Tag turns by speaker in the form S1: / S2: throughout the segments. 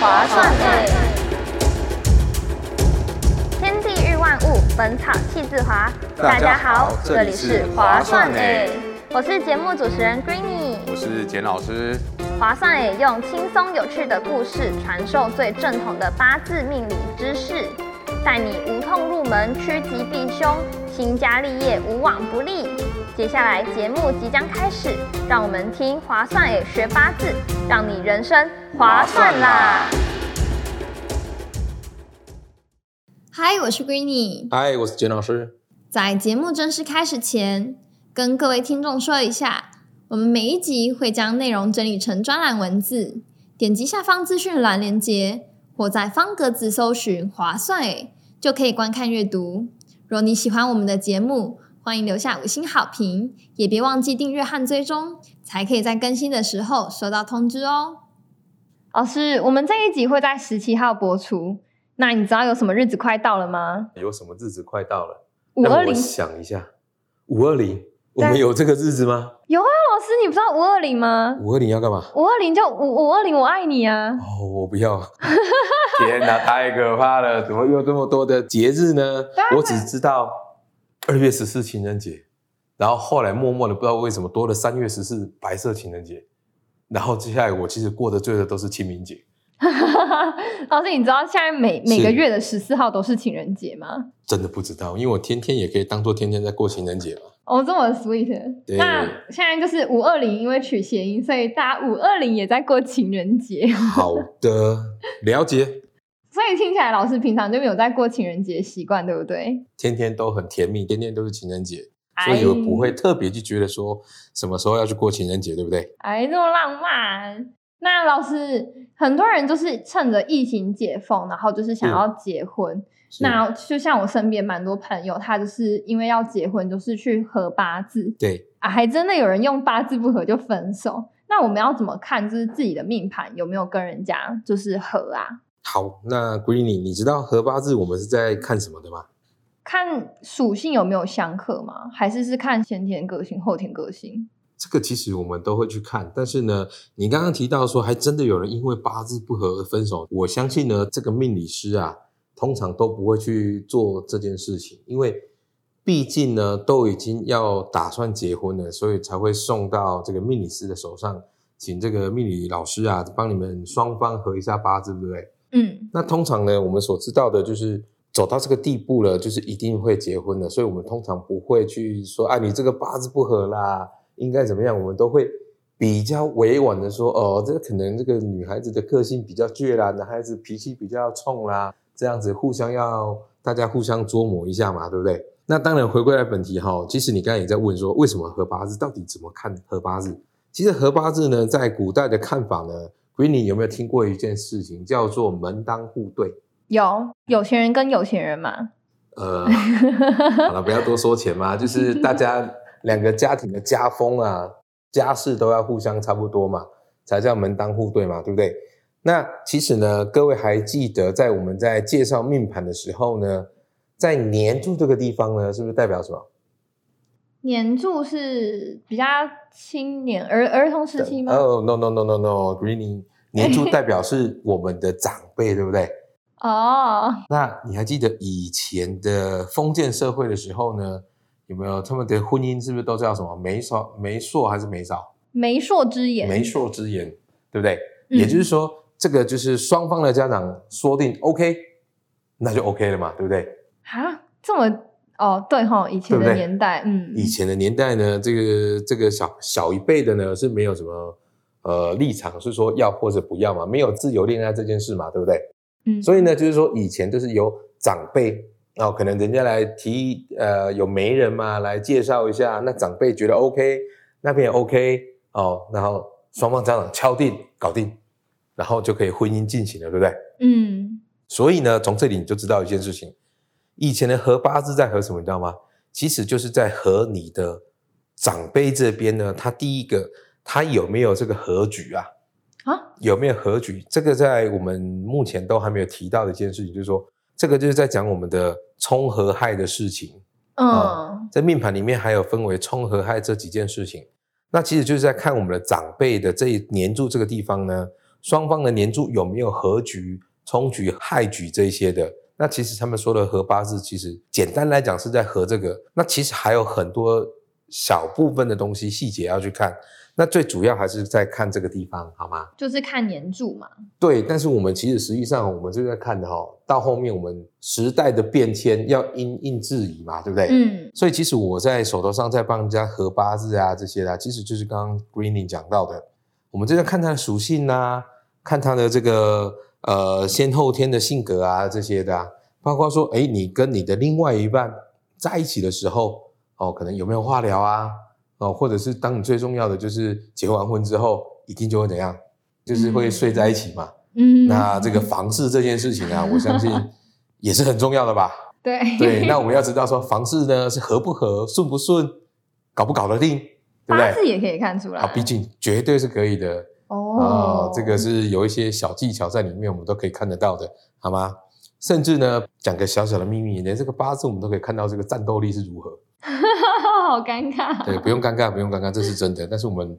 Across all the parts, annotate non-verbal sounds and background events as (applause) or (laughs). S1: 划算哎！天地日万物，本草气自华。
S2: 大家好这里是划算哎，
S1: 我是节目主持人 Greeny。
S2: 我是简老师，
S1: 划算哎，用轻松有趣的故事传授最正统的八字命理知识，带你无痛入门，趋吉避凶，兴家立业无往不利。接下来节目即将开始，让我们听划算哎学八字，让你人生划算啦！
S3: 嗨，我是 Greeny。
S2: 嗨，我是简老师。
S3: 在节目正式开始前，跟各位听众说一下，我们每一集会将内容整理成专栏文字，点击下方资讯栏链接，或在方格子搜寻“划算诶”，就可以观看阅读。若你喜欢我们的节目，欢迎留下五星好评，也别忘记订阅和追踪，才可以在更新的时候收到通知哦。老师，我们这一集会在十七号播出，那你知道有什么日子快到了吗？
S2: 有什么日子快到了？
S3: 五
S2: 让
S3: 二
S2: 我
S3: 零
S2: 想一下，五二零，我
S3: 对
S2: 们有这个日子吗？
S3: 有啊，老师，你不知道五二零吗？
S2: 五二零要干嘛？
S3: 五二零就五五二零，我爱你啊！
S2: 哦，我不要。 (laughs) 天哪，太可怕了！怎么有这么多的节日呢？我只知道二月十四情人节，然后后来默默的不知道为什么多了三月十四白色情人节，然后接下来我其实过得最的都是清明节。
S3: (laughs) 老师，你知道现在每
S2: 是
S3: 每个月的十四号都是情人节吗？
S2: 真的不知道，因为我天天也可以当做天天在过情人节嘛。
S3: 哦，这么 sweet。
S2: 对
S3: 那现在就是五二零，因为取谐音，所以大家五二零也在过情人节。 (laughs)
S2: 好的，了解。
S3: 所以听起来，老师平常就没有在过情人节习惯，对不对？
S2: 天天都很甜蜜，天天都是情人节，
S3: 哎
S2: 所以我不会特别去觉得说什么时候要去过情人节，对不对？
S3: 哎，这么浪漫。那老师，很多人就是趁着疫情解封，然后就是想要结婚，
S2: 嗯是
S3: 那就像我身边蛮多朋友，他就是因为要结婚，就是去合八字
S2: 对，
S3: 啊，还真的有人用八字不合就分手。那我们要怎么看，就是自己的命盘有没有跟人家就是合啊？
S2: 好，那 Greeny，你知道合八字我们是在看什么的吗？
S3: 看属性有没有相克吗？还是是看先天个性、后天个性？
S2: 这个其实我们都会去看，但是呢，你刚刚提到说还真的有人因为八字不合而分手，我相信呢，这个命理师啊，通常都不会去做这件事情，因为毕竟呢都已经要打算结婚了，所以才会送到这个命理师的手上，请这个命理老师啊帮你们双方合一下八字，对不对？
S3: 嗯，
S2: 那通常呢，我们所知道的就是走到这个地步了，就是一定会结婚了，所以我们通常不会去说啊，你这个八字不合啦，应该怎么样，我们都会比较委婉的说，哦，这可能这个女孩子的个性比较倔啦，男孩子脾气比较冲啦，这样子互相要大家互相琢磨一下嘛，对不对？那当然，回归来本题哈，其实你刚才也在问说，为什么合八字到底怎么看合八字？其实合八字呢，在古代的看法呢，Greeny 有没有听过一件事情叫做门当户对？
S3: 有有钱人跟有钱人嘛？ (laughs)
S2: 呃，好了，不要多说钱嘛，就是大家两个家庭的家风啊、家世都要互相差不多嘛，才叫门当户对嘛，对不对？那其实呢，各位还记得在我们在介绍命盘的时候呢，在年柱这个地方呢，是不是代表什么？
S3: 年柱是比较青年儿儿童时期吗？
S2: 哦、n o no no no no，Greeny，年柱代表是我们的长辈，对不对？
S3: 哦，
S2: 那你还记得以前的封建社会的时候呢？有没有他们的婚姻是不是都叫什么媒妁媒妁还是媒嫂？
S3: 媒妁之言，
S2: 媒妁之言，对不对？
S3: 嗯
S2: 也就是说，这个就是双方的家长说定 OK，那就 OK 了嘛，对不对？
S3: 啊，这么哦，对哈，以前
S2: 对
S3: 的
S2: 不对
S3: 年代，嗯，
S2: 以前的年代呢，这个这个小小一辈的呢是没有什么呃立场，是说要或者不要嘛，没有自由恋爱这件事嘛，对不对？
S3: 嗯，
S2: 所以呢，就是说以前就是由长辈哦，可能人家来提呃有媒人嘛来介绍一下，那长辈觉得 OK，那边也 OK 哦，然后双方家长敲定搞定，然后就可以婚姻进行了，对不对？
S3: 嗯，
S2: 所以呢，从这里你就知道一件事情，以前的合八字在合什么，你知道吗？其实就是在合你的长辈这边呢，他第一个他有没有这个合局啊？
S3: 啊，
S2: 有没有合局？这个在我们目前都还没有提到的一件事情，就是说，这个就是在讲我们的冲和害的事情。
S3: 嗯，
S2: 在命盘里面还有分为冲和害这几件事情，那其实就是在看我们的长辈的这一年柱这个地方呢，双方的年柱有没有合局、冲局、害局这一些的。那其实他们说的合八字，其实简单来讲是在合这个。那其实还有很多小部分的东西细节要去看。那最主要还是在看这个地方，好吗？
S4: 就是看年柱嘛。
S2: 对，但是我们其实实际上我们就在看的哈、到后面我们时代的变迁要因应制宜嘛，对不对？
S4: 嗯，
S2: 所以其实我在手头上在帮人家合八字啊这些啦、其实就是刚刚 Greening 讲到的，我们就在看它的属性啊，看它的这个呃先后天的性格啊这些的、啊，包括说，哎，你跟你的另外一半在一起的时候，哦，可能有没有化疗啊，哦，或者是当你最重要的就是结完婚之后，一定就会怎样，就是会睡在一起嘛。
S4: 嗯，
S2: 那这个房事这件事情啊，我相信也是很重要的
S4: (laughs)
S2: 吧。
S4: 对
S2: 对，那我们要知道说房事呢是合不合、顺不顺、搞不搞得定，对不
S4: 八字
S2: 对？
S4: 也可以看出来
S2: 啊，毕竟绝对是可以的啊、
S4: 哦，
S2: 这个是有一些小技巧在里面，我们都可以看得到的，好吗？甚至呢，讲个小小的秘密，连这个八字我们都可以看到这个战斗力是如何。
S4: (laughs) 好尴尬。
S2: 对，不用尴尬，不用尴尬，这是真的。但是我们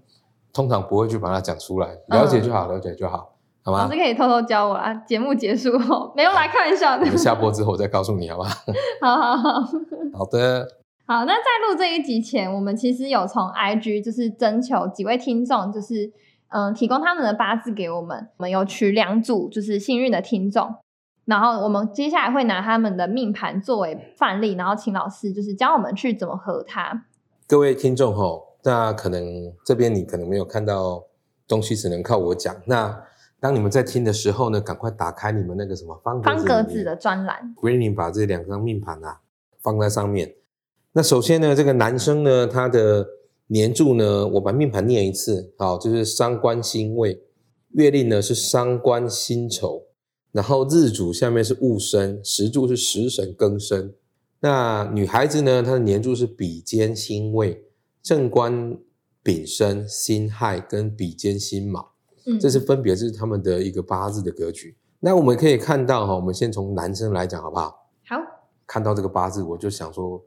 S2: 通常不会去把它讲出来，了解就好，了解就好，好
S4: 老 (laughs)
S2: 吗
S4: 师？可以偷偷教我啊！节目结束后 (laughs) 没有啦，开玩笑
S2: 我
S4: 的。
S2: 们下播之后我再告诉你，好吗？
S4: (laughs) 好好好
S2: 好的，
S4: 好，那在录这一集前，我们其实有从 IG 就是征求几位听众，就是嗯提供他们的八字给我们，我们有取两组就是幸运的听众，然后我们接下来会拿他们的命盘作为范例，然后请老师就是教我们去怎么合它。
S2: 各位听众吼，那可能这边你可能没有看到东西，只能靠我讲。那当你们在听的时候呢，赶快打开你们那个什么方格
S4: 方
S2: 子
S4: 格
S2: 里面
S4: 子的专栏，
S2: Greening 把这两张命盘啊放在上面。那首先呢，这个男生呢，他的年柱呢，我把命盘念一次，好，就是伤官星位，月令呢是伤官辛丑，然后日主下面是戊申，时柱是食神庚申。那女孩子呢，她的年柱是比肩辛位，正官丙申、辛亥跟比肩辛卯。
S4: 嗯，
S2: 这是分别是他们的一个八字的格局。那我们可以看到哈，我们先从男生来讲好不好？
S4: 好，
S2: 看到这个八字，我就想说，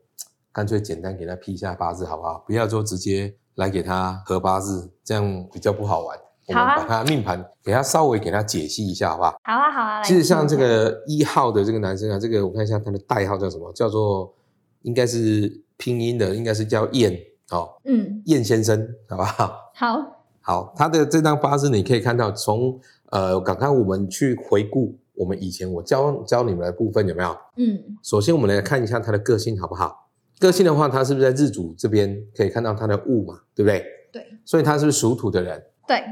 S2: 干脆简单给他批一下八字好不好？不要就直接来给他合八字，这样比较不好玩。我
S4: 好
S2: 们
S4: 啊
S2: 把他命盘给他稍微给他解析一下好不好？
S4: 好啊，好啊。来
S2: 其实像这
S4: 听一下，
S2: 个一号的这个男生啊，这个我看一下他的代号叫什么？叫做应该是拼音的，应该是叫燕哦，
S4: 嗯，
S2: 燕先生好不好？
S4: 好，
S2: 好，他的这张八字你可以看到从，呃，刚刚我们去回顾我们以前我教教你们的部分有没有？
S4: 嗯，
S2: 首先我们来看一下他的个性好不好？个性的话，他是不是在日主这边可以看到他的戊嘛，对不对？
S4: 对，
S2: 所以他是不是属土的人，
S4: 对，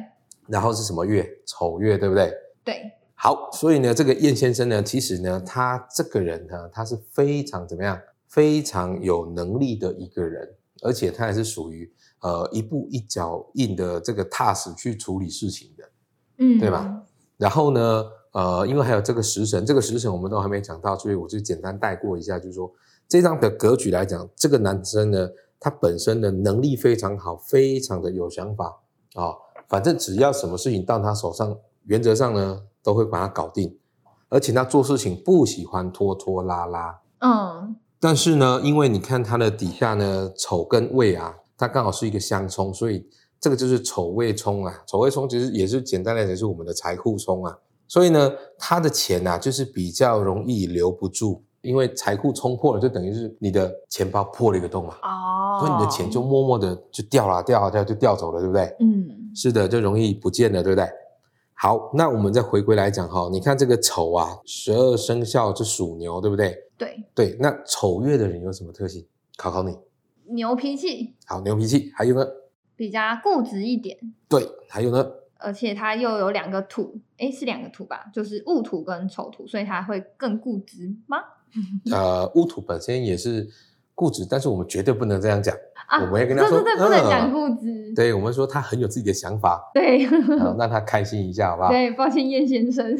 S2: 然后是什么月？丑月，对不对？
S4: 对，
S2: 好，所以呢，这个燕先生呢，其实呢，他这个人呢，他是非常怎么样，非常有能力的一个人，而且他也是属于呃一步一脚印的这个踏实去处理事情的。
S4: 嗯，
S2: 对吧？然后呢，呃，因为还有这个食神，这个食神我们都还没讲到，所以我就简单带过一下，就是说这张的格局来讲，这个男生呢，他本身的能力非常好，非常的有想法啊、反正只要什么事情到他手上，原则上呢都会把它搞定，而且他做事情不喜欢拖拖拉拉，
S4: 嗯，
S2: 但是呢，因为你看它的底下呢，丑跟未啊，它刚好是一个相冲，所以这个就是丑未冲啊。丑未冲其实也是简单来讲，就是我们的财库冲啊。所以呢，它的钱啊，就是比较容易留不住，因为财库冲破了，就等于是你的钱包破了一个洞嘛，
S4: 哦，
S2: 所以你的钱就默默的就掉啦掉啦掉，就掉走了，对不对？
S4: 嗯
S2: 是的，就容易不见了，对不对？好，那我们再回归来讲哈，你看这个丑啊，十二生肖是属牛，对不对？
S4: 对，
S2: 对，那丑月的人有什么特性？考考你。
S4: 牛脾气
S2: 好，牛脾气，还有呢？
S4: 比较固执一点，
S2: 对，还有呢？
S4: 而且它又有两个土，诶，是两个土吧？就是戊土跟丑土，所以它会更固执吗？
S2: 呃，戊土本身也是固执，但是我们绝对不能这样讲。
S4: 啊，
S2: 我们要跟他说
S4: 对对对，不能
S2: 嗯
S4: 讲固执，
S2: 对我们说他很有自己的想法，
S4: 对 (laughs)
S3: 嗯
S2: 啊，让他开心一下，好不好？
S4: 对，抱歉，叶先
S2: (laughs)
S4: 生，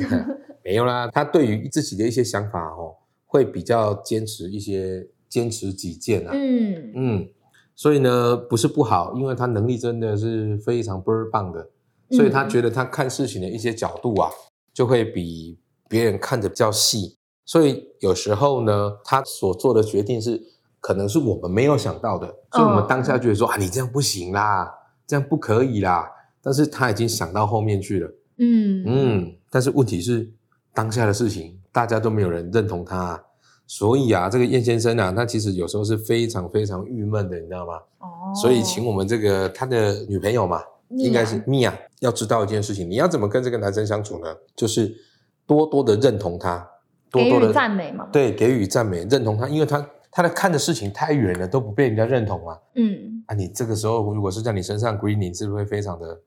S2: 没有啦，他对于自己的一些想法哦，会比较坚持一些，坚持己见啊。
S4: 嗯
S2: 嗯，所以呢，不是不好，因为他能力真的是非常倍儿棒的，
S4: 嗯
S2: 所以他觉得他看事情的一些角度啊，就会比别人看得比较细。所以有时候呢，他所做的决定是可能是我们没有想到的，所以我们当下觉得说、啊，你这样不行啦，这样不可以啦，但是他已经想到后面去了，
S4: 嗯
S2: 嗯，但是问题是，当下的事情大家都没有人认同他、所以啊，这个燕先生啊，他其实有时候是非常非常郁闷的，你知道吗？
S1: 哦
S2: 所以请我们这个他的女朋友嘛，
S4: 蜜
S2: 应该
S4: 啊
S2: 是蜜娅，要知道一件事情，你要怎么跟这个男生相处呢？就是多多的认同他，多
S1: 给
S2: 多
S1: 予
S2: 的
S1: 赞美嘛。
S2: 对给予赞美，认同他，因为他他的看的事情太远了，都不被人家认同嘛。
S4: 嗯
S2: 啊，你这个时候如果是在你身上 green，你是不是会非常的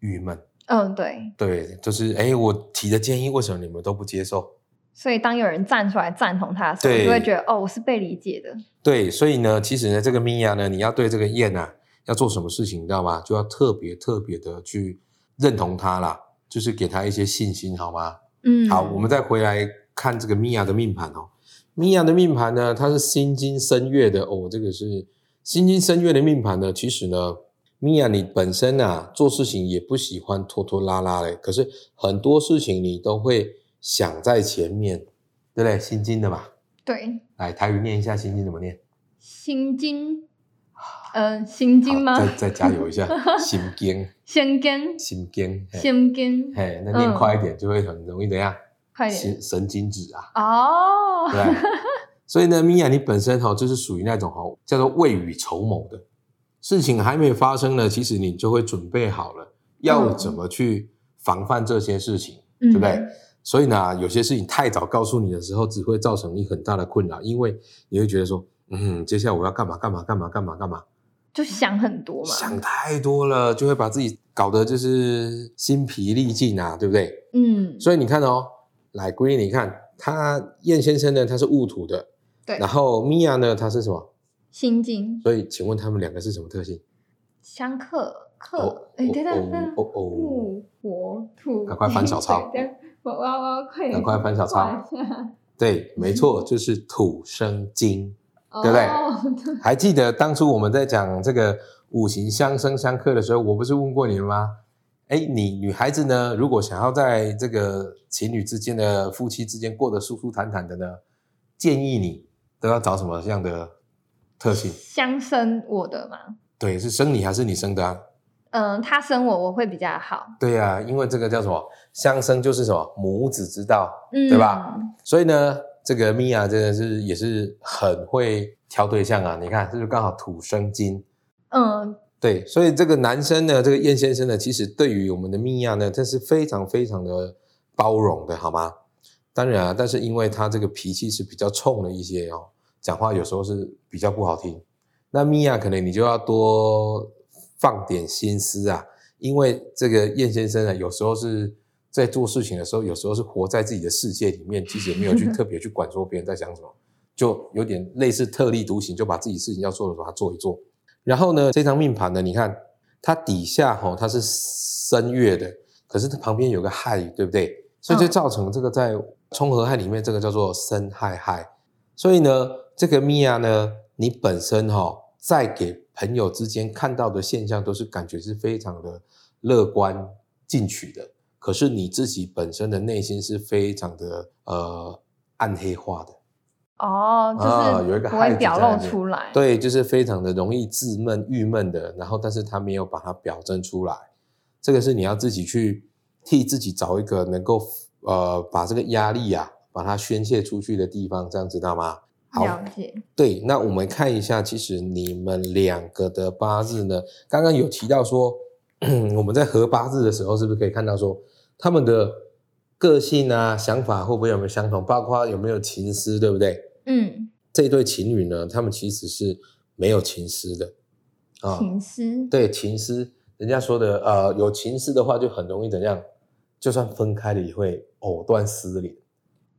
S2: 郁闷？
S1: 嗯，对。
S2: 对，就是哎，我提的建议为什么你们都不接受？
S1: 所以当有人站出来赞同他的时候，
S2: 对
S1: 你就会觉得哦，我是被理解的。
S2: 对，所以呢，其实呢，这个米娅呢，你要对这个燕啊，要做什么事情，你知道吗？就要特别特别的去认同她啦，就是给她一些信心，好吗？
S4: 嗯，
S2: 好，我们再回来看这个米娅的命盘哦。米娅的命盘呢，它是辛金申月的哦，这个是辛金申月的命盘呢。其实呢，米娅你本身啊做事情也不喜欢拖拖拉拉的，可是很多事情你都会想在前面，对不对？辛金的嘛，
S4: 对
S2: 来台语念一下辛金怎么念？
S4: 心经，呃，心经吗
S2: 好？再再加油一下，心经，
S4: (laughs) 先跟
S2: 心经，嘿
S4: 先跟，
S2: 嘿，那念
S4: 嗯
S2: 快一点就会很容易怎样？
S4: 快点
S2: 神神经质啊。
S4: 哦，
S2: 对。所以呢，米娅你本身哈、就是属于那种哈、叫做未雨绸缪的，事情还没发生呢，其实你就会准备好了要怎么去防范这些事情，
S4: 对
S2: 对不
S3: 嗯
S2: 对？？所以呢，有些事情太早告诉你的时候，只会造成你很大的困扰，因为你会觉得说，嗯，接下来我要干嘛干嘛干嘛干嘛干嘛，
S4: 就想很多嘛，
S2: 想太多了，就会把自己搞得就是心疲力尽啊，对不对？
S4: 嗯，
S2: 所以你看哦，来闺女，你看他燕先生呢，他是戊土的，
S4: 对
S2: 然后米娅呢，她是什么？
S4: 心经
S2: 所以请问他们两个是什么特性？
S4: 相克
S2: 哦
S4: 克，哎，
S2: 哦
S4: 等等等
S2: 哦
S4: 等，
S2: 哦哦，
S4: 木火土，
S2: 赶快翻小抄
S4: (laughs) 对我我我我快点，
S2: 赶快翻小抄
S4: 画一下，
S2: 对，没错，就是土生金。对不对
S4: 对？
S2: 还记得当初我们在讲这个五行相生相克的时候，我不是问过你们吗？哎，你女孩子呢，如果想要在这个情侣之间的夫妻之间过得舒舒坦坦的呢，建议你都要找什么样的特性？
S4: 相生我的嘛，
S2: 对，是生你还是你生的啊？
S4: 嗯，他生我我会比较好，
S2: 对呀、因为这个叫什么相生就是什么母子之道，
S4: 嗯，
S2: 对吧？？所以呢，这个米娅真的是也是很会挑对象啊。你看，这就刚好土生金。
S4: 嗯，
S2: 对，所以这个男生呢，这个燕先生呢，其实对于我们的米娅呢，这是非常非常的包容的，好吗？当然啊，但是因为他这个脾气是比较冲的一些哦，讲话有时候是比较不好听。那米娅可能你就要多放点心思啊，因为这个燕先生呢，有时候是在做事情的时候，有时候是活在自己的世界里面，其实也没有去特别去管说别人在想什么，就有点类似特立独行，就把自己事情要做的把它做一做。然后呢，这张命盘呢，你看它底下哈、它是申月的，可是它旁边有个亥，对不对？所以就
S4: 嗯
S2: 造成这个在冲合亥里面，这个叫做申亥亥。所以呢，这个米娅呢，你本身哈、在给朋友之间看到的现象，都是感觉是非常的乐观进取的。可是你自己本身的内心是非常的呃暗黑化的，
S1: 哦，
S2: 啊
S1: 就
S2: 有
S1: 是
S2: 一个
S1: 不
S2: 害
S1: 会
S2: 子
S1: 表
S2: 在那
S1: 露
S2: 边
S1: 出来。
S2: 对，就是非常的容易自闷、郁闷的。然后，但是他没有把它表征出来，这个是你要自己去替自己找一个能够呃把这个压力啊，把它宣泄出去的地方，这样知道吗？好，
S4: 了解，
S2: 对，那我们看一下，其实你们两个的八字呢，刚刚有提到说，我们在合八字的时候，是不是可以看到说他们的个性啊、想法会不会有没有相同，包括有没有情思，对不对？
S4: 嗯，
S2: 这对情侣呢，他们其实是没有情思的啊，
S4: 情思，
S2: 对情思，人家说的呃，有情思的话就很容易怎样，就算分开了也会藕断丝连。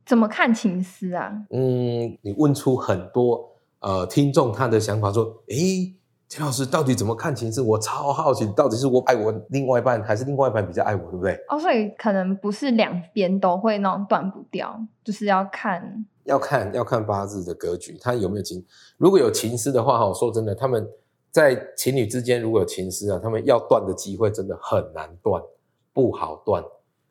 S4: 怎么看情思啊？
S2: 嗯，你问出很多呃听众他的想法，说，诶，田老师到底怎么看情势？我超好奇，到底是我爱我另外一半，还是另外一半比较爱我，对不对？
S4: 哦，所以可能不是两边都会那种断不掉，就是要看，
S2: 要看要看八字的格局，他有没有情。如果有情思的话，哈，我说真的，他们在情侣之间如果有情思啊，他们要断的机会真的很难断，不好断。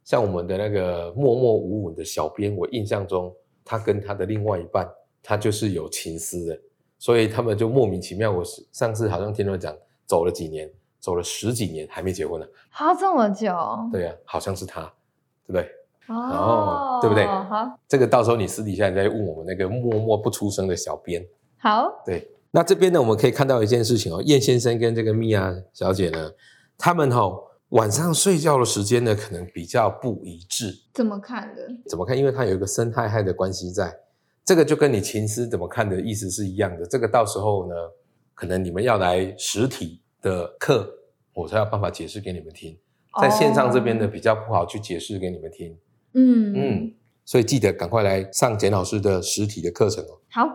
S2: 像我们的那个默默无闻的小编，我印象中他跟他的另外一半，他就是有情思的，所以他们就莫名其妙。我是上次好像听他们讲，走了几年，走了十几年还没结婚呢、
S3: 好这么久哦，
S2: 对呀、啊好像是他，对不对？哦对不对
S3: 好，
S2: 这个到时候你私底下你再问我们那个默默不出声的小编。
S3: 好，
S2: 那这边呢，我们可以看到一件事情哦，燕先生跟这个米娅小姐呢，他们哈、晚上睡觉的时间呢，可能比较不一致。
S3: 怎么看的？
S2: 怎么看？因为它有一个生态害的关系在，这个就跟你情师怎么看的意思是一样的。这个到时候呢，可能你们要来实体的课，我才有办法解释给你们听。在线上这边呢，
S3: 哦，
S2: 比较不好去解释给你们听。
S3: 嗯嗯
S2: 嗯，，所以记得赶快来上简老师的实体的课程哦，
S3: 好，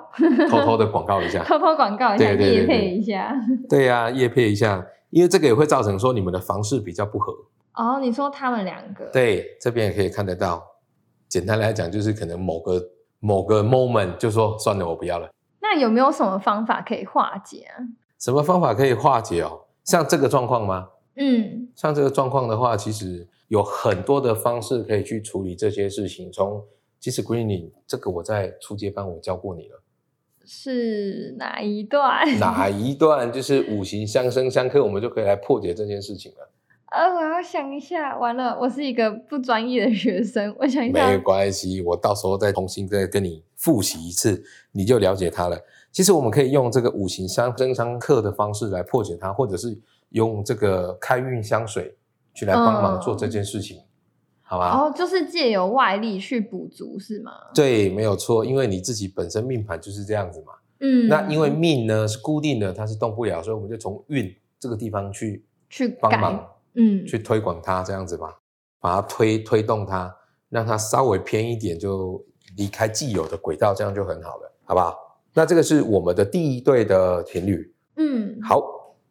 S2: 偷偷的广告一下。
S3: (laughs) 偷偷广告一下，
S2: 对对对
S3: 夜
S2: 对
S3: 配一下。
S2: 对呀、叶配一下，因为这个也会造成说你们的房事比较不合。
S3: 哦，你说他们两个，，
S2: 对，这边也可以看得到。简单来讲，就是可能某个某个 moment 就说算了，我不要了。
S3: 那有没有什么方法可以化解啊？
S2: 什么方法可以化解哦？像这个状况吗？
S3: 嗯，
S2: 像这个状况的话，其实有很多的方式可以去处理这些事情。从其实 greening 这个我在初阶班我教过你了，
S3: 是哪一段？
S2: 哪一段就是五行相生相克，我们就可以来破解这件事情了。
S3: (laughs) 呃，我要想一下。完了，我是一个不专业的学生，我想一下。
S2: 没关系，我到时候再重新再跟你复习一次，你就了解它了。其实我们可以用这个五行相生相克的方式来破解它，或者是用这个开运香水去来帮忙做这件事情，好吧？
S3: 哦，就是借由外力去补足，是吗？
S2: 对，没有错，因为你自己本身命盘就是这样子嘛。
S3: 嗯，
S2: 那因为命呢是固定的，它是动不了，所以我们就从运这个地方去
S3: 去
S2: 帮
S3: 改
S2: 忙
S3: 嗯，
S2: 去推广它，这样子嘛，把它推推动它，让它稍微偏一点，就离开既有的轨道，这样就很好了，好不好？那这个是我们的第一对的情侣。
S3: 嗯，
S2: 好，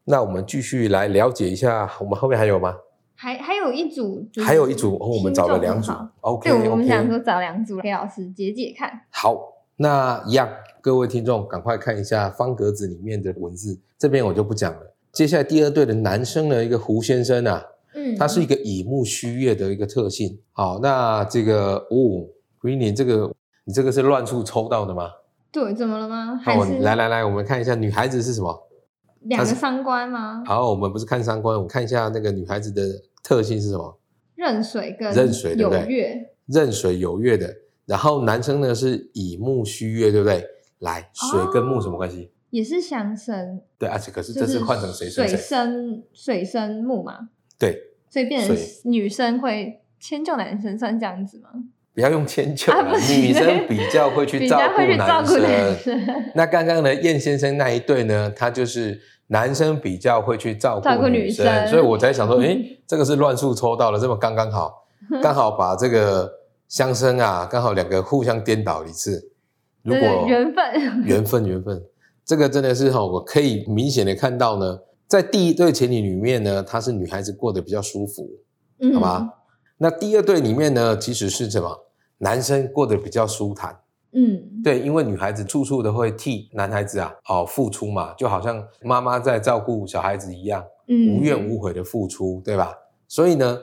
S2: 那我们继续来了解一下，我们后面还有吗？
S3: 还还有一组，就是
S2: 还有一组，哦，我们找了
S3: 星座嗯
S2: 两
S3: 很
S2: 组
S3: 好。
S2: OK，
S3: 对，我们我们
S2: OK
S3: 想说找两组给老师解解看。
S2: 好，那一样，各位听众赶快看一下方格子里面的文字，这边我就不讲了。接下来第二对的男生呢，一个胡先生啊，
S3: 嗯，
S2: 他是一个乙木虚月的一个特性。好，那这个哦 g r e e n i n 这个你这个是乱数抽到的吗？
S3: 对，怎么了吗？还
S2: 好，
S3: 是
S2: 哦来来来，我们看一下女孩子是什么。
S3: 两个
S2: 他是
S3: 三观吗？
S2: 好，我们不是看三观，我们看一下那个女孩子的特性是什么？
S3: 壬水跟
S2: 壬水对
S3: 有
S2: 不对
S3: 月，
S2: 壬水酉月的，然后男生呢是乙木虚月，对不对？来，水跟木什么关系？
S3: 也是相生，
S2: 对，而且可是
S3: 哦就
S2: 这
S3: 是
S2: 次换成谁生
S3: 水
S2: 谁？
S3: 生水生木嘛，
S2: 对，
S3: 所以变成
S2: 水
S3: 女生会迁就男生，算这样子吗？
S2: 不要用迁就啦、
S3: 啊不行
S2: 女生比较会去
S3: (laughs) 比
S2: 照
S3: 较
S2: 顾
S3: 会去照
S2: 男
S3: 顾
S2: 生。
S3: 男生， (laughs)
S2: 那刚刚呢，燕先生那一对呢，他就是男生比较会去照
S3: 照顾
S2: 顾女
S3: 女生
S2: 所以我
S3: (laughs)
S2: 才想说，
S3: 嗯
S2: 诶，这个是乱数抽到了，这么刚
S3: (laughs)
S2: 刚好，刚好把这个相生啊，刚好两个互相颠倒一次。如
S3: 对
S2: 果
S3: 缘分，
S2: 缘分，缘分，这个真的是哈，我可以明显的看到呢，在第一对情侣里面呢，她是女孩子过得比较舒服，
S3: 嗯
S2: (laughs) 好吧？那第二对里面呢，其实是什么？男生过得比较舒坦，
S3: 嗯，
S2: 对，因为女孩子处处都会替男孩子啊，哦付出嘛，就好像妈妈在照顾小孩子一样，
S3: 嗯，
S2: 无怨无悔的付出，对吧？所以呢，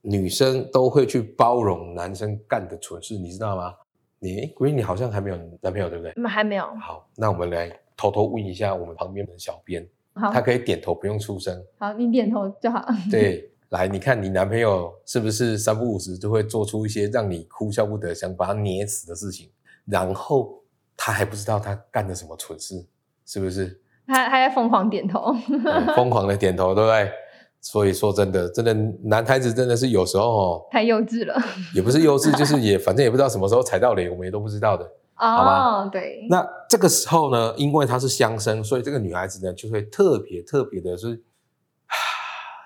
S2: 女生都会去包容男生干的蠢事，你知道吗？你诶 Green，你好像还没有男朋友，对不对？
S3: 嗯，还没有，
S2: 好，那我们来偷偷问一下我们旁边的小编，
S3: 好
S2: 他可以点头不用出声。
S3: 好，你点头就好， (laughs)
S2: 对，来，你看你男朋友是不是三不五时就会做出一些让你哭笑不得、想把他捏死的事情，然后他还不知道他干了什么蠢事，是不是？
S3: 还还在疯狂点头，
S2: 嗯疯狂的点头，对不对？所以说真的，真的男孩子真的是有时候哦，
S3: 太幼稚了，
S2: 也不是优势，就是也反正也不知道什么时候踩到雷，我们也都不知道的。吧
S3: 哦，对，
S2: 那这个时候呢，因为她是相生，所以这个女孩子呢就会特别特别的是， (sighs) 啊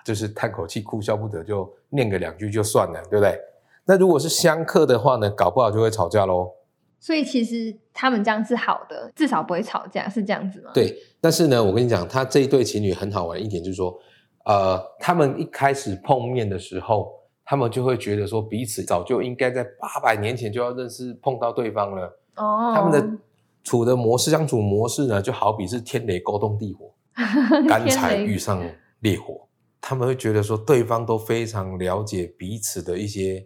S2: 就是叹口气、哭笑不得，就念个两句就算了，对不对？那如果是相克的话呢，搞不好就会吵架喽。
S3: 所以其实他们这样是好的，至少不会吵架，是这样子吗？，
S2: 对，但是呢，我跟你讲，她这一对情侣很好玩一点就是说，呃，他们一开始碰面的时候，他们就会觉得说彼此早就应该在八百年前就要认识碰到对方了。
S3: 哦，
S2: 他们的处的模式、相处模式呢，就好比是天雷勾动地火。
S3: 的
S2: 干柴遇上烈火，他们会觉得说对方都非常了解彼此的一些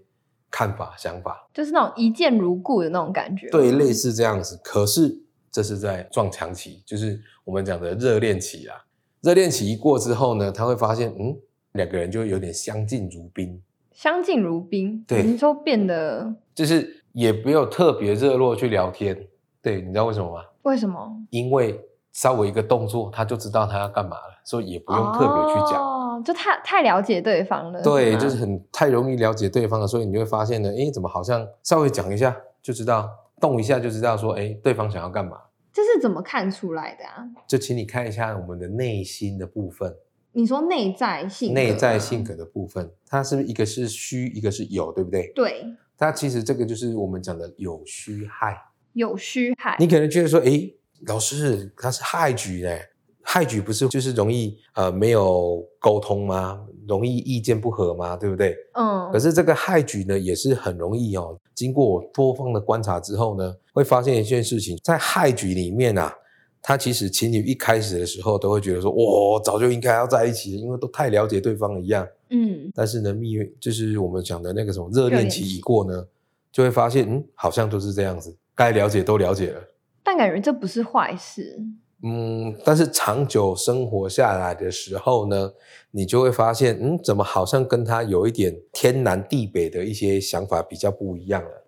S2: 看法、想法，
S3: 就是那种一见如故的那种感觉，
S2: 对，类似这样子。可是这是在撞墙期，就是我们讲的热恋期啊。热恋期一过之后呢，他会发现，嗯，两个人就有点相敬如宾，
S3: 相敬如宾，
S2: 对
S3: 你说变得
S2: 就是也没有特别热络去聊天。对，你知道为什么吗？
S3: 为什么？
S2: 因为稍微一个动作，他就知道他要干嘛了，所以也不用特别去讲。
S3: 哦，就太太了解对啊方了。
S2: 对，
S3: 吗
S2: 就是很太容易了解对方了，所以你就会发现呢，诶，怎么好像稍微讲一下就知道，动一下就知道说，诶，对方想要干嘛。
S3: 这是怎么看出来的啊？
S2: 就请你看一下我们的内心的部分，
S3: 你说内在性格吗，啊
S2: 内在性格的部分，它是不是一个是虚，一个是有，对不对？
S3: 对，
S2: 它其实这个就是我们讲的有虚害。
S3: 有虚害。
S2: 你可能觉得说，诶，老师他是害局嘞，害局不是就是容易呃没有沟通吗？容易意见不合吗？对不对？
S3: 嗯
S2: 可，是这个害局呢，也是很容易哦。经过我多方的观察之后呢，会发现一件事情，在害局里面啊，他其实情侣一开始的时候都会觉得说，哇，早就应该要在一起了，因为都太了解对方了一样。
S3: 嗯，
S2: 但是呢，蜜月就是我们讲的那个什么热恋
S3: 恋
S2: 期
S3: 期
S2: 一过呢，就会发现，嗯，好像都是这样子，该了解都了解了。
S3: 但感觉这不是坏事。
S2: 嗯，但是长久生活下来的时候呢，你就会发现，嗯，怎么好像跟他有一点天南地北的一些想法比较不一样了。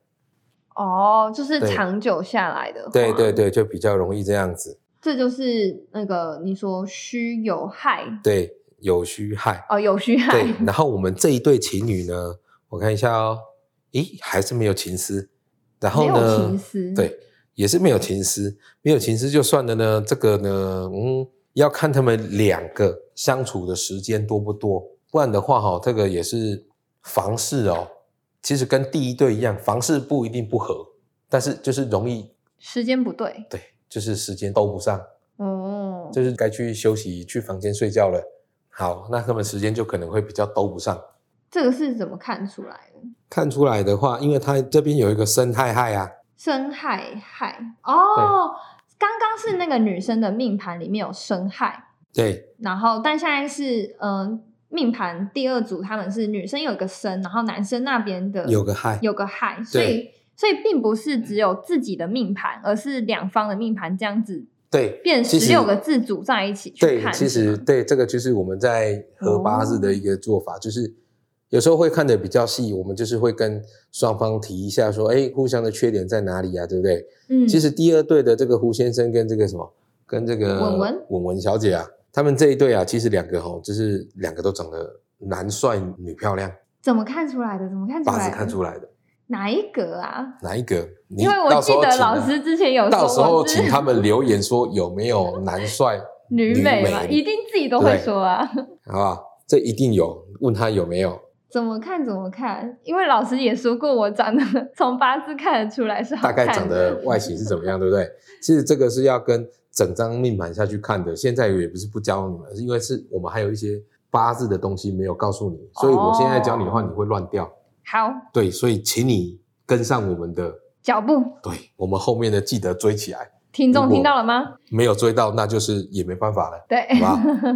S3: 哦，就是
S2: 对
S3: 长久下来的，
S2: 对对，对，就比较容易这样子。
S3: 这就是那个你说虚有害
S2: 对，有虚害。
S3: 哦，有虚害， (laughs)
S2: 对，然后我们这一对情侣呢，我看一下哦，咦，还是没有情思。然后
S3: 没有
S2: 呢
S3: 情，思，
S2: 对，也是没有情思，没有情思就算了呢。这个呢，嗯，要看他们两个相处的时间多不多，不然的话哈、这个也是房事哦。其实跟第一对一样，房事不一定不合，但是就是容易
S3: 时间不对，
S2: 对，就是时间兜不上。
S3: 哦，
S2: 就是该去休息、去房间睡觉了。好，那他们时间就可能会比较兜不上。
S3: 这个是怎么看出来的？
S2: 看出来的话，因为它这边有一个生态害啊，
S3: 生害害哦，刚刚是那个女生的命盘里面有生害，
S2: 对
S3: 然后但现在是嗯、呃命盘第二组他们是女生有一个生，然后男生那边的
S2: 有个害
S3: 有个害，所以所以并不是只有自己的命盘，而是两方的命盘这样子
S2: 对
S3: 变
S2: 其
S3: 十
S2: 实
S3: 六个字组在一起去
S2: 对
S3: 看，，哦
S2: 其实
S3: 是吗
S2: 对这个就是我们在合八字的一个做法，就是有时候会看的比较细，我们就是会跟双方提一下说，哎，互相的缺点在哪里啊，对不对？
S3: 嗯，
S2: 其实第二队的这个胡先生跟这个什么，跟这个
S3: 文文
S2: 文文小姐啊，他们这一对啊，其实两个吼，就是两个都长得男帅女漂亮，
S3: 怎么看出来的？怎么看出
S2: 八
S3: 来
S2: 字
S3: 的？
S2: 看出来的
S3: 哪一格啊？
S2: 哪一个？你
S3: 因为我
S2: 到时
S3: 记
S2: 候
S3: 得
S2: 请
S3: 老
S2: 啊
S3: 师之前有说
S2: 到时候
S3: 我是
S2: 请他们留言说有没有男帅
S3: (laughs) 女美嘛，一定自己都会
S2: 对
S3: 说啊。
S2: 好不好？这一定有，问他有没有，
S3: 怎么看怎么看，因为老师也说过，我长得 (laughs) 从八字看得出来是好
S2: 大
S3: 看的。
S2: 概长得外形是怎么样，对不对？其实这个是要跟整张命盘下去看的。现在也不是不教你们，是因为是我们还有一些八字的东西没有告诉你，所以我现在教你的话，你会乱掉。
S3: 好
S2: 对，所以请你跟上我们的，
S3: 脚步，
S2: 对我们后面的记得追起来，
S3: 听
S2: 如
S3: 众
S2: 果
S3: 听到了吗？
S2: 没有追到那就是也没办法了，
S3: 对，
S2: 好不好？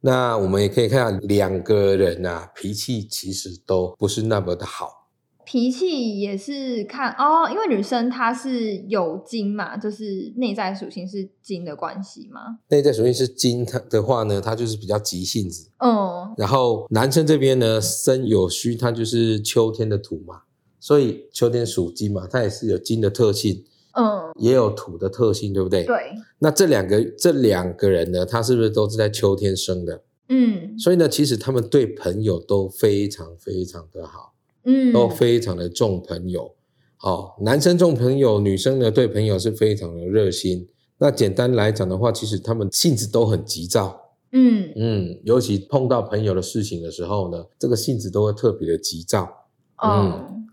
S2: 那我们也可以看下两个人啊，脾气其实都不是那么的好，
S3: (laughs) 脾气也是看哦，因为女生她是有金嘛，就是内在属性是金的关系嘛。
S2: 内在属性是金它的话呢，它就是比较急性子。
S3: 嗯，
S2: 然后男生这边呢，申有虚，它就是秋天的土嘛，所以秋天属金嘛，它也是有金的特性，
S3: 嗯，
S2: 也有土的特性，对不对？。
S3: 对，
S2: 那这两个这两个人呢，他是不是都是在秋天生的？
S3: 嗯
S2: 所以呢，其实他们对朋友都非常非常的好，
S3: 嗯，
S2: 都哦非常的重朋友。哦，男生重朋友，女生呢对朋友是非常的热心。那简单来讲的话，其实他们性子都很急躁，
S3: 嗯
S2: 嗯，尤其碰到朋友的事情的时候呢，这个性子都会特别的急躁。
S3: 嗯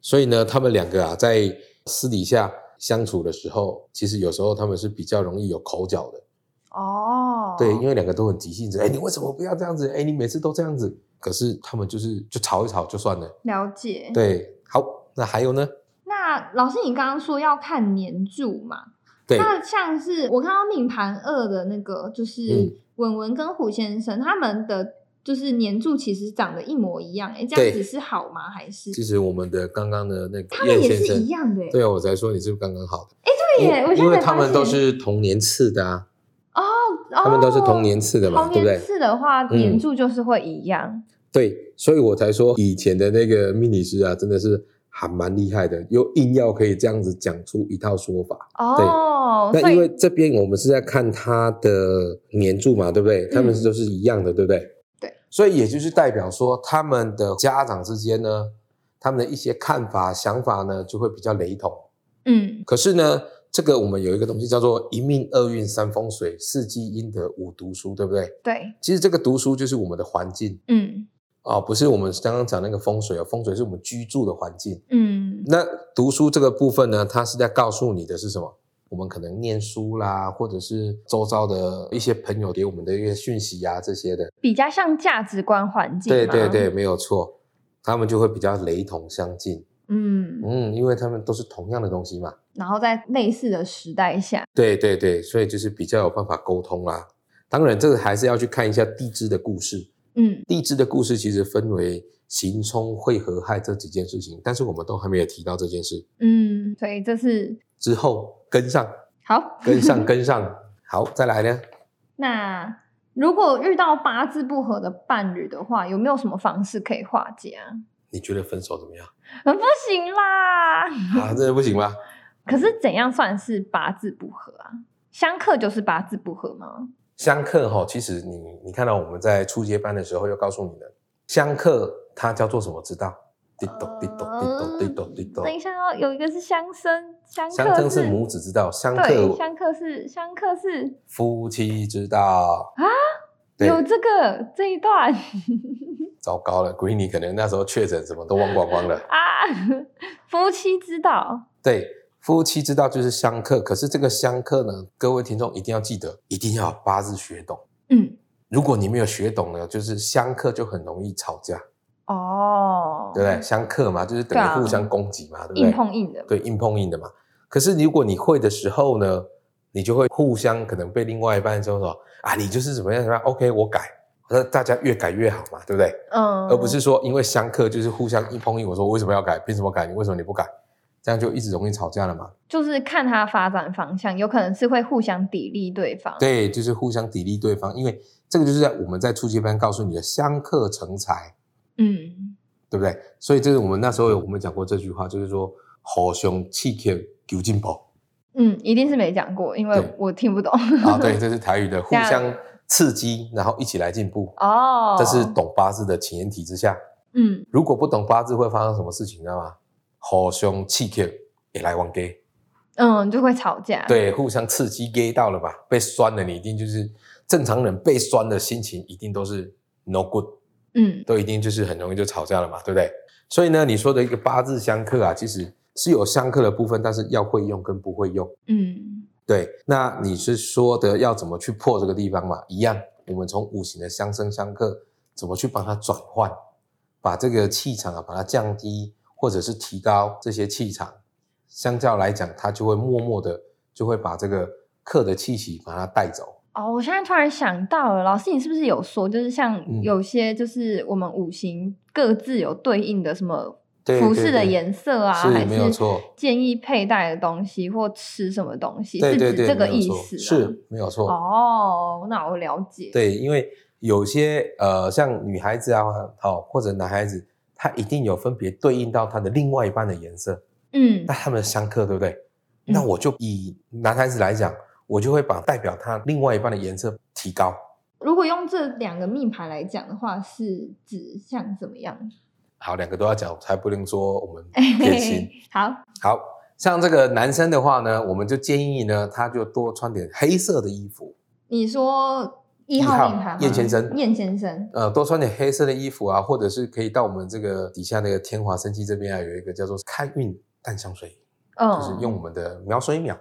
S2: 所以呢，他们两个啊，在私底下相处的时候，其实有时候他们是比较容易有口角的。
S3: 哦，
S2: 对，因为两个都很急性子，哎，你为什么不要这样子？哎，你每次都这样子。可是他们就是就吵一吵就算了。
S3: 了解。
S2: 对，好，那还有呢？
S3: 那老师，你刚刚说要看年柱嘛？
S2: 对，
S3: 那像是我看到命盘二的那个，就是
S2: 嗯
S3: 文文跟胡先生他们的，就是年柱其实长得一模一样、哎，这样
S2: 对
S3: 子是好吗？还是
S2: 其实我们的刚刚的那个
S3: 他
S2: 叶
S3: 们也
S2: 先
S3: 是
S2: 生
S3: 一，样的、哎
S2: 对啊，我才说你是不是刚刚好的？
S3: 对耶
S2: 因
S3: 我
S2: 为
S3: 现
S2: 因为
S3: 在才
S2: 他们
S3: 发
S2: 都
S3: 现
S2: 是同年次的啊。
S3: 哦，
S2: 他们都是同年次的嘛，
S3: 同
S2: 对不
S3: 年
S2: 对？
S3: 次的话，
S2: 嗯
S3: 年柱就是会一样。
S2: 对，所以我才说以前的那个命理师啊，真的是还蛮厉害的，又硬要可以这样子讲出一套说法。
S3: 哦，
S2: 那
S3: 所
S2: 因为
S3: 以
S2: 这边我们是在看他的年柱嘛，对不对？他们都是一样的，对不对？
S3: 嗯对，
S2: 所以也就是代表说，他们的家长之间呢，他们的一些看法、想法呢，就会比较雷同。
S3: 嗯，
S2: 可是呢，这个我们有一个东西叫做一命二运三风水，四积阴德五读书，对不对？
S3: 对，
S2: 其实这个读书就是我们的环境
S3: 嗯
S2: 啊、不是我们刚刚讲那个风水啊，风水是我们居住的环境。
S3: 嗯
S2: 那读书这个部分呢，它是在告诉你的是什么？我们可能念书啦，或者是周遭的一些朋友给我们的一些讯息啊，这些的。
S3: 比较像价值观环境。
S2: 对对对，，没有错，他们就会比较雷同相近。
S3: 嗯，
S2: 嗯，因为他们都是同样的东西嘛。
S3: 然后在类似的时代下，
S2: 对对对，所以就是比较有办法沟通啦。当然，这个还是要去看一下地支的故事。
S3: 嗯
S2: 地支的故事其实分为刑、冲、会、合、害这几件事情，但是我们都还没有提到这件事。
S3: 嗯，所以这是
S2: 之后跟上，
S3: 好。(laughs)
S2: 跟上，跟上。好，再来呢？
S3: 那如果遇到八字不合的伴侣的话，有没有什么方式可以化解啊？
S2: 你觉得分手怎么样？
S3: 很不行啦。
S2: 啊，真的不行吗？
S3: 可是怎样算是八字不合啊？相克就是八字不合吗？
S2: 相克哈，其实你你看到我们在初阶班的时候又告诉你的，相克它叫做什么？知道？滴
S3: 呃
S2: 咚滴咚滴咚滴咚滴
S3: 等一
S2: 咚。
S3: 下哦，有一个是相生，相克
S2: 相生是母子之道，相
S3: 对，
S2: 克
S3: 相克是相克是
S2: 夫妻之道
S3: 啊。
S2: 对，
S3: 有这个这一段
S2: 糟糕了，Green，你可能那时候确诊什么都忘光光了。
S3: 啊，夫妻之道，
S2: 对，夫妻之道就是相克，可是这个相克呢，各位听众一定要记得，一定要八字学懂。
S3: 嗯，
S2: 如果你没有学懂呢，就是相克就很容易吵架。
S3: 哦，
S2: 对不对？相克嘛，就是等
S3: 对啊
S2: 于互相攻击嘛，对
S3: 硬
S2: 不
S3: 碰硬的，
S2: 对？对，硬碰硬的嘛。可是如果你会的时候呢，你就会互相可能被另外一半说说啊，你就是怎么样怎么样，OK，我改，那大家越改越好嘛，对不对？
S3: 嗯，
S2: 而不是说因为相克就是互相硬碰硬，我说我为什么要改，凭什么改？你为什么你不改？这样就一直容易吵架了嘛。
S3: 就是看他发展方向，有可能是会互相砥砺对方，，
S2: 对，就是互相砥砺对方，因为这个就是在我们在初级班告诉你的相克成才，
S3: 嗯，
S2: 对不对？所以这是我们那时候有我们讲过这句话，就是说互相刺激求
S3: (laughs)
S2: 进步。
S3: 嗯，一定是没讲过，因为
S2: 对
S3: 我听不懂。
S2: 啊，对，这是台语的互
S3: 这样
S2: 相刺激，然后一起来进步。
S3: 哦，
S2: 啊这是懂八字的前提之下，
S3: 嗯，
S2: 如果不懂八字会发生什么事情，你知道吗？互相刺激，也来玩 gay，
S3: 嗯，就会吵架。，
S2: 对，互相刺激 gay 到了吧？被酸了，你一定就是正常人被酸的心情一定都是 no good，
S3: 嗯
S2: 都一定就是很容易就吵架了嘛，对不对？所以呢，你说的一个八字相克啊，其实是有相克的部分，但是要会用跟不会用。
S3: 嗯
S2: 对，那你是说的要怎么去破这个地方嘛？一样，我们从五行的相生相克，怎么去帮它转换，把这个气场啊，把它降低，或者是提高这些气场，相较来讲，它就会默默的就会把这个克的气息把它带走。
S3: 哦，我现在突然想到了，老师，你是不是有说，就是像
S2: 嗯
S3: 有些就是我们五行各自有对应的什么
S2: 对
S3: 服饰
S2: 对
S3: 的
S2: 对
S3: 颜色啊，
S2: 是
S3: 还
S2: 没有错
S3: 建议佩戴的东西或吃什么东西，
S2: 对对
S3: 是指
S2: 对，
S3: 这个
S2: 没有
S3: 意
S2: 错
S3: 思、啊？
S2: 是没有错。
S3: 哦，那我了解。，
S2: 对，因为有些呃，像女孩子啊，好、或者男孩子，他一定有分别对应到他的另外一半的颜色。
S3: 嗯
S2: 那他们相克，对不对？那
S3: 嗯
S2: 我就以男孩子来讲，我就会把代表他另外一半的颜色提高。
S3: 如果用这两个命盘来讲的话，是指向怎么样？
S2: 好，两个都要讲，才不能说我们
S3: 哎
S2: 偏心。
S3: (laughs) 好，
S2: 好像这个男生的话呢，我们就建议呢，他就多穿点黑色的衣服，
S3: 你说一
S2: 一号
S3: 号命盘吗，
S2: 燕先生
S3: 燕先生，
S2: 呃，多穿点黑色的衣服啊，或者是可以到我们这个底下那个天华生气这边啊，有一个叫做开运淡香水，
S3: 嗯，
S2: 就是用我们的描水秒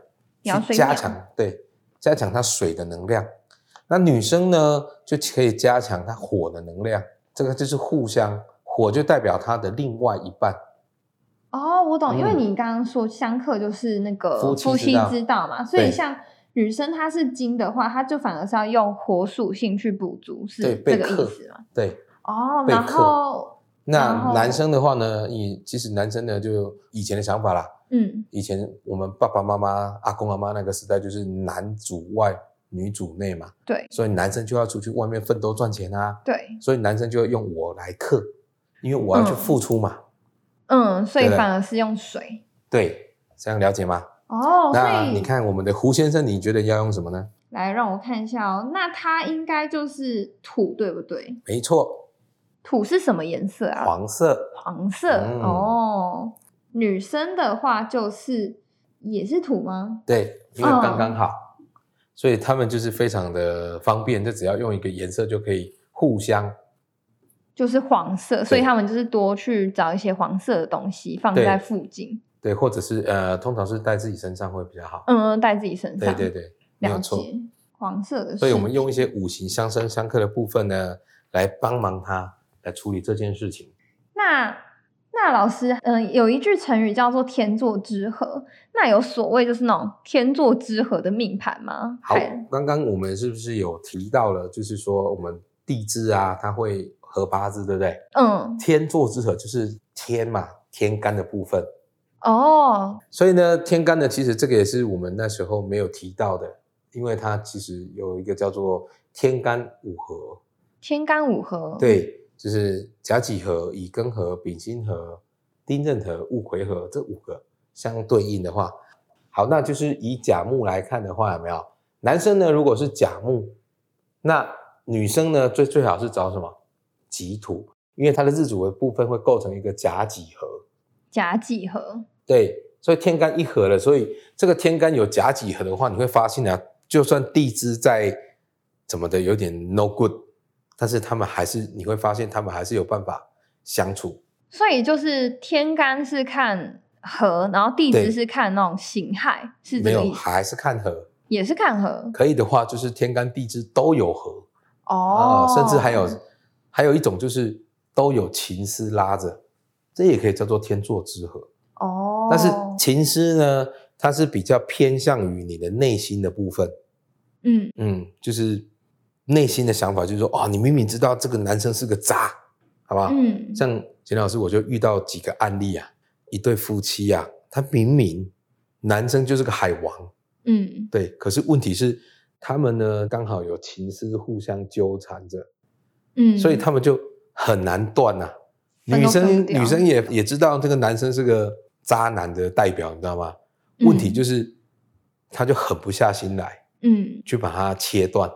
S3: 描
S2: 去
S3: 水
S2: 加
S3: 秒
S2: 强，对，加强它水的能量。那女生呢，就可以加强她火的能量。这个就是互相，火就代表她的另外一半，
S3: 哦，我懂，因为
S2: 嗯
S3: 你刚刚说相克就是那个
S2: 夫妻
S3: 夫
S2: 之
S3: 妻
S2: 道
S3: 之道嘛，所以
S2: 对
S3: 像女生她是金的话，她就反而是要用火属性去补足，是
S2: 对
S3: 这
S2: 被
S3: 个
S2: 克
S3: 意思吗？
S2: 对。
S3: 哦，
S2: 被
S3: 然
S2: 克
S3: 后然
S2: 那
S3: 后
S2: 男生的话呢，以其实男生呢，就以前的想法啦，
S3: 嗯
S2: 以前我们爸爸妈妈、阿公阿妈那个时代，就是男主外，女主内嘛，
S3: 对
S2: 所以男生就要出去外面奋斗赚钱啊，
S3: 对，
S2: 所以男生就会用我来克，因为我要去
S3: 嗯
S2: 付出嘛。
S3: 嗯，所以
S2: 对不对
S3: 反而是用水
S2: 对，这样了解吗？
S3: 哦。所
S2: 那
S3: 以
S2: 你看我们的胡先生，你觉得要用什么呢？
S3: 来让我看一下哦，那它应该就是土，对不对？
S2: 没错，
S3: 土是什么颜色啊？
S2: 黄色。
S3: 黄色、
S2: 嗯
S3: 哦。女生的话就是也是土吗？
S2: 对，因为
S3: 嗯
S2: 刚刚好，所以他们就是非常的方便，就只要用一个颜色就可以互相
S3: 就是黄色，所以他们就是多去找一些黄色的东西放
S2: 对
S3: 在附近，
S2: 对，或者是呃，通常是带自己身上会比较好。
S3: 嗯，带自己身
S2: 对
S3: 上。
S2: 对对，没有
S3: 了
S2: 错。
S3: 解。黄色的，
S2: 所以我们用一些五行相生相克的部分呢，来帮忙他来处理这件事情。
S3: 那那老师，嗯、有一句成语叫做“天作之合”，那有所谓就是那种天作之合的命盘吗？
S2: 好
S3: 还，
S2: 刚刚我们是不是有提到了，就是说我们地支啊，它会合八字，对不对？
S3: 嗯，
S2: 天作之合就是天嘛，天干的部分。
S3: 哦，
S2: 所以呢，天干呢，其实这个也是我们那时候没有提到的，因为它其实有一个叫做天干五合，
S3: 天干五合，，
S2: 对，就是甲己合、乙庚合、丙辛合、丁壬合、戊癸合这五个相对应的话，好，那就是以甲木来看的话，有没有？男生呢，如果是甲木，那女生呢，最最好是找什么己土，因为它的日主的部分会构成一个甲己合，
S3: 甲己合，
S2: 对，所以天干一合了，所以这个天干有甲己合的话，你会发现啊，就算地支在怎么的有点 no good，但是他们还是你会发现他们还是有办法相处。
S3: 所以就是天干是看合，然后地
S2: 对
S3: 支是看那种形骸，是这个
S2: 没有，
S3: 意思，
S2: 还是看合。
S3: 也是看合，
S2: 可以的话，就是天干地支都有合啊
S3: 哦，
S2: 甚至还有还有一种就是都有情丝拉着，这也可以叫做天作之合。
S3: 哦，
S2: 但是情丝呢，它是比较偏向于你的内心的部分。
S3: 嗯，
S2: 嗯，就是内心的想法，就是说，哦，你明明知道这个男生是个渣，好不好？
S3: 嗯，
S2: 啊像简老师，我就遇到几个案例啊，一对夫妻啊，他明明男生就是个海王，
S3: 嗯，
S2: 对，可是问题是他们呢刚好有情丝互相纠缠着，
S3: 嗯，
S2: 所以他们就很难断呐、啊。
S3: 分
S2: 女
S3: 都分
S2: 生
S3: 不掉
S2: 女生也也知道这个男生是个渣男的代表，你知道吗？问题
S3: 嗯
S2: 就是，他就狠不下心来，
S3: 嗯
S2: 去把它切断。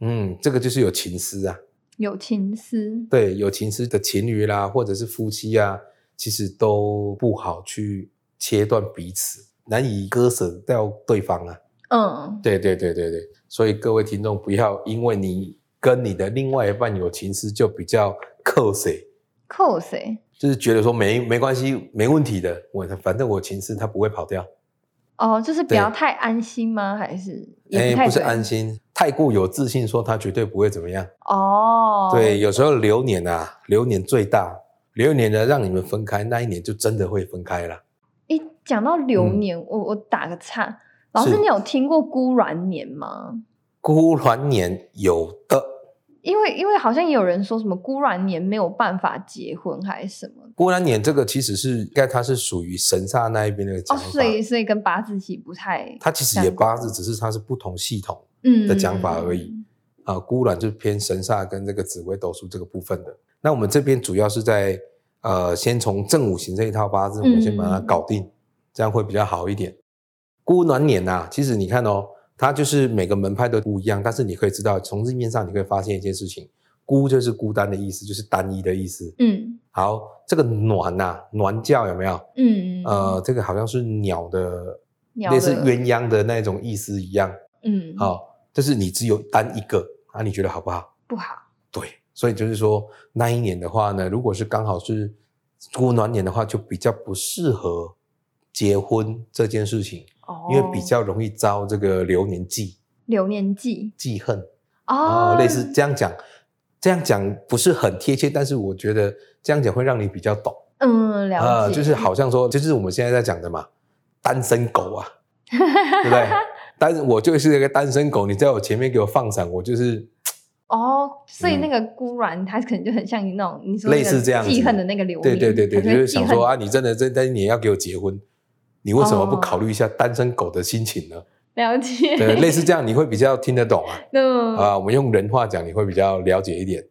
S2: 嗯，这个就是有情丝啊，
S3: 有情思，
S2: 对，有情丝的情侣啦，或者是夫妻啊，其实都不好去切断彼此，难以割舍掉对方啊。
S3: 嗯，
S2: 对对对对对，所以各位听众不要因为你跟你的另外一半有情丝就比较扣谁，
S3: 扣谁？
S2: 就是觉得说没没关系，没问题的，我反正我情丝他不会跑掉。
S3: 哦，就是不
S2: 对
S3: 要太安心吗？还是也
S2: 哎，
S3: 太
S2: 不是
S3: 准
S2: 安心，太过有自信说他绝对不会怎么样。
S3: 哦？
S2: 对，，有时候流年啊，流年最大，流年呢让你们分开，那一年就真的会分开了。
S3: 一讲到流
S2: 嗯
S3: 年，我我打个岔，老师
S2: 是
S3: 你有听过孤鸾年吗？
S2: 孤鸾年有的，
S3: 因为因为好像也有人说什么孤鸾年没有办法结婚还是什么哦
S2: 孤鸾年这个其实是应该它是属于神煞那一边的
S3: 哦，
S2: 讲法，
S3: 所以所以跟八字其实不太
S2: 它其实也八字，只是它是不同系统
S3: 嗯
S2: 的讲法而已。啊。孤鸾就偏神煞跟这个紫微斗数这个部分的。那我们这边主要是在呃，先从正五行这一套八字，我们先把它
S3: 嗯
S2: 搞定，这样会比较好一点。孤鸾年呐、其实你看哦，它就是每个门派都不一样，但是你可以知道，从字面上你会发现一件事情，孤就是孤单的意思，就是单一的意思。
S3: 嗯
S2: 好，这个暖呐、暖叫有没有？
S3: 嗯
S2: 呃，这个好像是鸟的，
S3: 鸟
S2: 类似
S3: 的
S2: 鸳鸯的那种意思一样。
S3: 嗯
S2: 好、就是你只有单一个，啊，你觉得好不好？
S3: 不好
S2: 对，所以就是说那一年的话呢，如果是刚好是孤暖年的话，就比较不适合结婚这件事情，
S3: 哦，
S2: 因为比较容易遭这个流年忌
S3: 流年忌
S2: 记恨啊
S3: 哦，
S2: 类似这样讲，这样讲不是很贴切，但是我觉得这样讲会让你比较懂
S3: 嗯了解、
S2: 啊、就是好像说，就是我们现在在讲的嘛，单身
S3: (laughs)
S2: 狗啊，对不对？但是我就是一个单身狗，你在我前面给我放闪，我就是
S3: 哦，所以
S2: 嗯
S3: 那个孤鸾它可能就很像你那种你说
S2: 类
S3: 那个
S2: 似这样子
S3: 记恨的那个流
S2: 对
S3: 年，
S2: 对对对，
S3: 它
S2: 就
S3: 会
S2: 是
S3: 记
S2: 想
S3: 恨
S2: 说啊，你真的这但是你要给我结婚，你为什么不
S3: 哦
S2: 考虑一下单身狗的心情呢？
S3: 了解。嗯
S2: 对，
S3: (laughs)
S2: 类似这样你会比较听得懂啊。
S3: 那
S2: 啊、我们用人话讲，你会比较了解一点。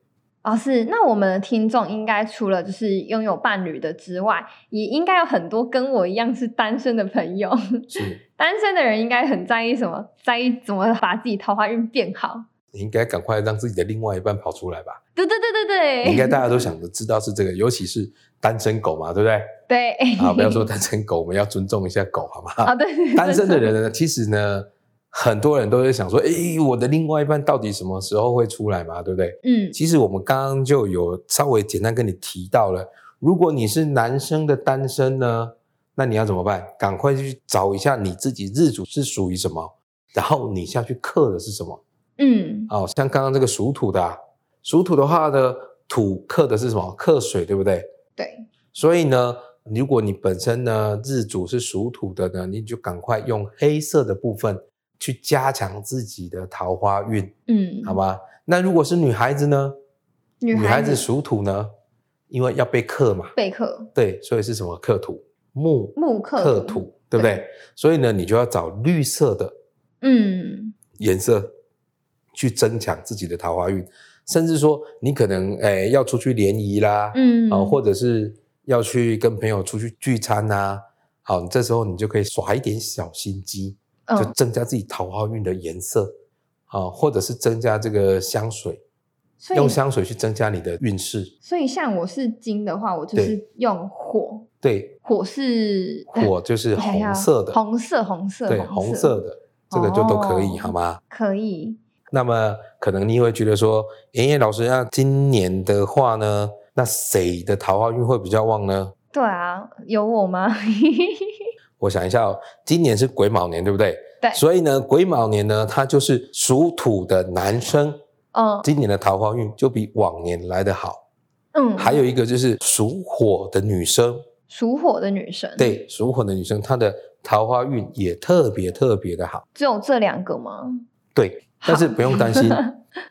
S3: 老师，哦那我们的听众应该除了就是拥有伴侣的之外，也应该有很多跟我一样是单身的朋友。 (laughs)
S2: 是，
S3: 单身的人应该很在意什么？在意怎么把自己桃花运变好。
S2: 你应该赶快让自己的另外一半跑出来吧。
S3: 对对对
S2: 你
S3: 对对，
S2: 应该大家都想着知道是这个，尤其是单身狗嘛，对不对？
S3: 对
S2: 啊，不要说单身狗，我们要尊重一下狗，好吗？
S3: 啊，对对，
S2: 单身的
S3: 没错
S2: 人呢，其实呢，很多人都会想说，诶，我的另外一半到底什么时候会出来嘛？对不对？
S3: 嗯
S2: 其实我们刚刚就有稍微简单跟你提到了，如果你是男生的单身呢，那你要怎么办？赶快去找一下你自己日主是属于什么，然后你下去克的是什么。
S3: 嗯
S2: 哦，像刚刚这个属土的、啊，属土的话呢，土克的是什么？克水，对不对？
S3: 对，
S2: 所以呢，如果你本身呢日主是属土的呢，你就赶快用黑色的部分去加强自己的桃花运，
S3: 嗯，
S2: 好吗？那如果是女孩子呢？
S3: 女
S2: 女孩
S3: 子
S2: 子属土呢，因为要被克嘛，
S3: 备课
S2: 对，所以是什么克土？木
S3: 木课
S2: 克土，对不对？所以呢，你就要找绿色的
S3: 嗯
S2: 颜色去增强自己的桃花运，甚至说你可能诶、要出去联谊啦，
S3: 嗯
S2: 啊、或者是要去跟朋友出去聚餐呐、好，你这时候你就可以耍一点小心机，就
S3: 嗯，
S2: 增加自己桃花运的颜色啊、或者是增加这个香水，
S3: 所
S2: 用
S3: 以
S2: 香水去增加你的运势。
S3: 所以像我是金的话，我就是用火，
S2: 对，
S3: 火是
S2: 火就是
S3: 我想
S2: 红
S3: 要
S2: 色的，
S3: 红色红色
S2: 对，
S3: 红
S2: 红色的这个就都可以，
S3: 哦
S2: 好吗？
S3: 可以，
S2: 那么可能你会觉得说，诶，老师，那今年的话呢，那谁的桃花运会比较旺呢？
S3: 对啊，有我吗？ (laughs)
S2: 我想一下、哦，今年是癸卯年，对不对？
S3: 对
S2: 所以呢，癸卯年呢，它就是属土的男生，
S3: 嗯
S2: 今年的桃花运就比往年来得好。
S3: 嗯，
S2: 还有一个就是属火的女生，
S3: 属火的女生，，
S2: 对，属火的女生，她的桃花运也特别特别的好。
S3: 只有这两个吗？
S2: 对，但是不用担心，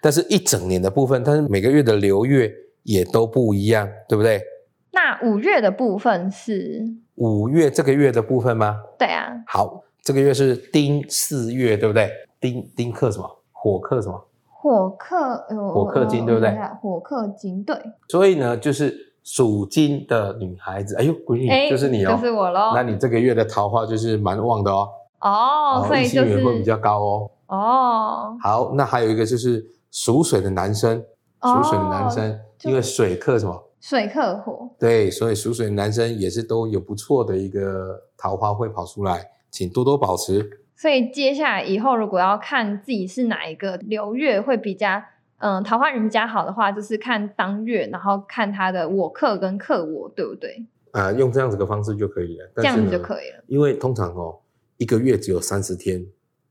S2: 但是一整年的部分，但是每个月的流月也都不一样，对不对？
S3: (laughs) 那五月的部分是，
S2: 五月这个月的部分吗？
S3: 对啊，
S2: 好，这个月是丁巳月，对不对？丁丁克什么？火克什么？
S3: 火克，呃我
S2: 火克金
S3: 我
S2: 对不对嗯
S3: 我想一下火克金，对，
S2: 所以呢，就是属金的女孩子，哎呦，闺女、
S3: 哎，
S2: 就是你哦。
S3: 就是我喽。
S2: 那你这个月的桃花就是蛮旺的哦，
S3: 哦，所
S2: 异
S3: 以
S2: 性
S3: 就
S2: 缘会比
S3: 是
S2: 较高哦。
S3: 哦，
S2: 好，那还有一个就是属水的男生，属水的男生，
S3: 哦就
S2: 因为水克什么？
S3: 水克火，
S2: 对，所以属水的男生也是都有不错的一个桃花会跑出来，请多多保持。
S3: 所以接下来以后如果要看自己是哪一个流月会比较，嗯，桃花运比较好的话，就是看当月，然后看他的我克跟克我，对不对？
S2: 啊，用这样子的方式就可以了，
S3: 这
S2: 但是
S3: 样
S2: 呢
S3: 子就可以了。
S2: 因为通常哦，一个月只有三十天，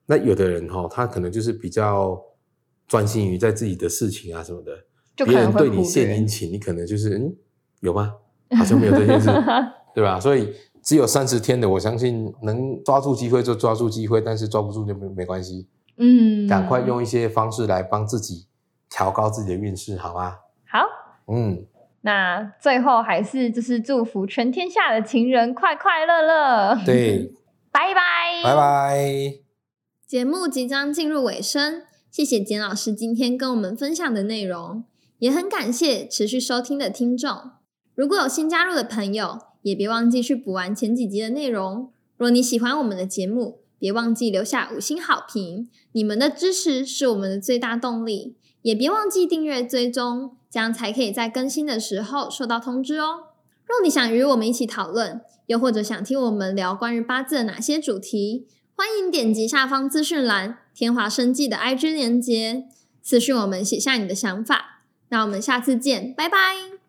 S2: 那有的人哦，他可能就是比较专心于在自己的事情啊什么的，
S3: 就可
S2: 别人
S3: 能会
S2: 对
S3: 忽
S2: 你献殷
S3: 略。
S2: 勤，你可能就是嗯，有吗？好像没有
S3: (laughs)
S2: 这件事， (laughs) 对吧？所以只有三十天的，我相信能抓住机会就抓住机会，但是抓不住就没没关系，
S3: 嗯，
S2: 赶快用一些方式来帮自己调高自己的运势，好吗？
S3: 好。
S2: 嗯，
S3: 那最后还是就是祝福全天下的情人快快乐乐。，
S2: 对，
S3: 拜拜，
S2: 拜。拜。
S4: 节目即将进入尾声，谢谢简老师今天跟我们分享的内容，也很感谢持续收听的听众。如果有新加入的朋友，也别忘记去补完前几集的内容。若你喜欢我们的节目，别忘记留下五星好评，你们的支持是我们的最大动力。也别忘记订阅追踪，这样才可以在更新的时候收到通知哦。若你想与我们一起讨论，又或者想听我们聊关于八字的哪些主题，欢迎点击下方资讯栏天华生技的 IG 连接，私讯我们写下你的想法。那我们下次见，拜拜。